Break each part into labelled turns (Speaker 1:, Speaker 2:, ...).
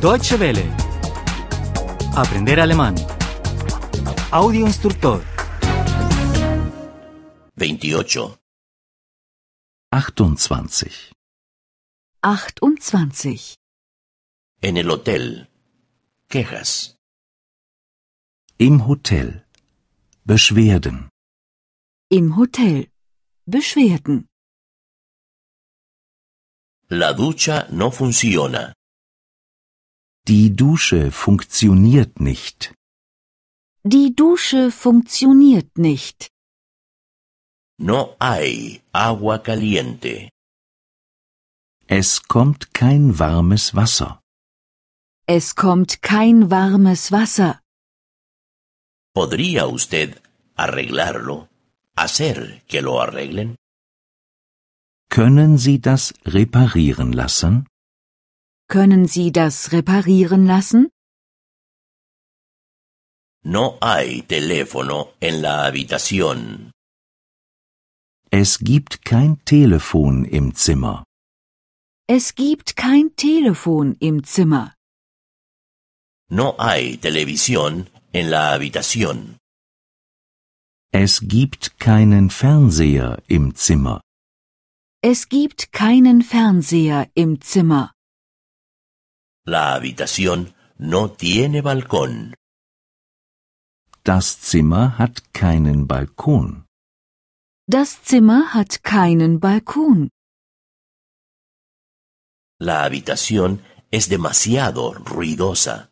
Speaker 1: Deutsche Welle. Aprender alemán. Audio instructor.
Speaker 2: 28.
Speaker 3: 28.
Speaker 4: 28.
Speaker 2: En el hotel. Quejas.
Speaker 3: Im Hotel. Beschwerden.
Speaker 4: Im Hotel. Beschwerden.
Speaker 2: La ducha no funciona.
Speaker 3: Die Dusche funktioniert nicht.
Speaker 4: Die Dusche funktioniert nicht.
Speaker 2: No hay agua caliente.
Speaker 3: Es kommt kein warmes Wasser.
Speaker 4: Es kommt kein warmes Wasser.
Speaker 2: ¿Podría usted arreglarlo? ¿Hacer que lo arreglen?
Speaker 3: Können Sie das reparieren lassen?
Speaker 4: Können Sie das reparieren lassen?
Speaker 2: No hay teléfono en la habitación.
Speaker 3: Es gibt kein Telefon im Zimmer.
Speaker 4: Es gibt kein Telefon im Zimmer.
Speaker 2: No hay televisión en la habitación.
Speaker 3: Es gibt keinen Fernseher im Zimmer.
Speaker 4: Es gibt keinen Fernseher im Zimmer.
Speaker 2: La habitación no tiene balcón.
Speaker 3: Das Zimmer hat keinen Balkon.
Speaker 4: Das Zimmer hat keinen Balkon.
Speaker 2: La habitación es demasiado ruidosa.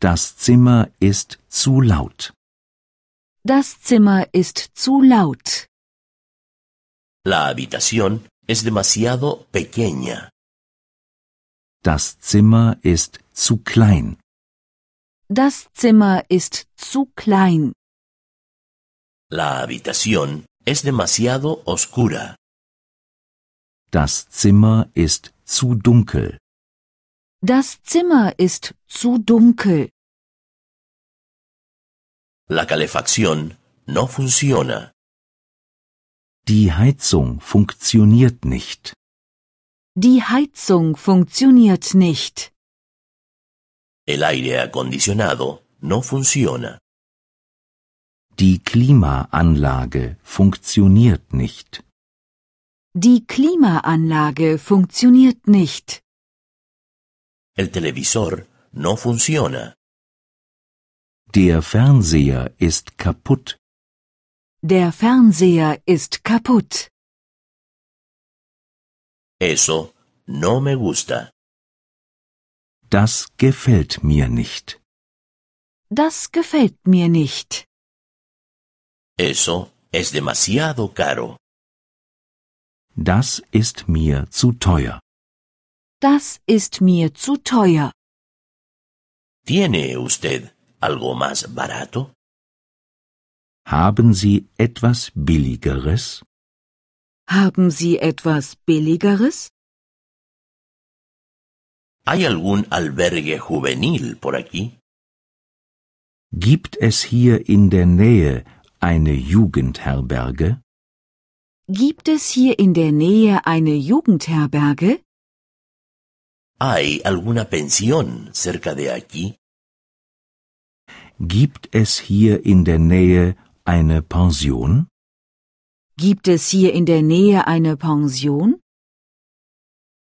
Speaker 3: Das Zimmer ist zu laut.
Speaker 4: Das Zimmer ist zu laut.
Speaker 2: La habitación es demasiado pequeña.
Speaker 3: Das Zimmer ist zu klein.
Speaker 4: Das Zimmer ist zu klein.
Speaker 2: La habitación es demasiado oscura.
Speaker 3: Das Zimmer ist zu dunkel.
Speaker 4: Das Zimmer ist zu dunkel.
Speaker 2: La calefacción no funciona.
Speaker 3: Die Heizung funktioniert nicht.
Speaker 4: Die Heizung funktioniert nicht.
Speaker 2: El aire acondicionado no funciona.
Speaker 3: Die Klimaanlage funktioniert nicht.
Speaker 4: Die Klimaanlage funktioniert nicht.
Speaker 2: El televisor no funciona.
Speaker 3: Der Fernseher ist kaputt.
Speaker 4: Der Fernseher ist kaputt.
Speaker 2: Eso no me gusta.
Speaker 3: Das gefällt mir nicht.
Speaker 4: Das gefällt mir nicht.
Speaker 2: Eso es demasiado caro.
Speaker 3: Das ist mir zu teuer.
Speaker 4: Das ist mir zu teuer.
Speaker 2: ¿Tiene usted algo más barato?
Speaker 3: Haben Sie etwas Billigeres?
Speaker 4: Haben Sie etwas Billigeres?
Speaker 2: ¿Hay algún albergue juvenil por aquí?
Speaker 3: Gibt es hier in der Nähe eine Jugendherberge?
Speaker 4: Gibt es hier in der Nähe eine Jugendherberge?
Speaker 2: ¿Hay alguna pensión cerca de aquí?
Speaker 3: Gibt es hier in der Nähe eine Pension?
Speaker 4: Gibt es hier in der Nähe eine Pension?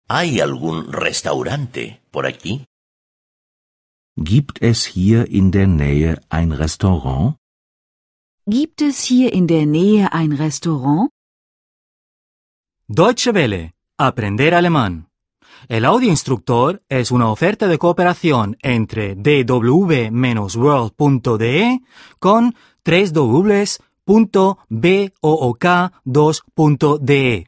Speaker 2: ¿Hay algún restaurante por aquí?
Speaker 3: Gibt es hier in der Nähe ein Restaurant?
Speaker 4: Gibt es hier in der Nähe ein Restaurant?
Speaker 1: Deutsche Welle. Aprender alemán. El audio instructor es una oferta de cooperación entre dw-world.de con 3 2de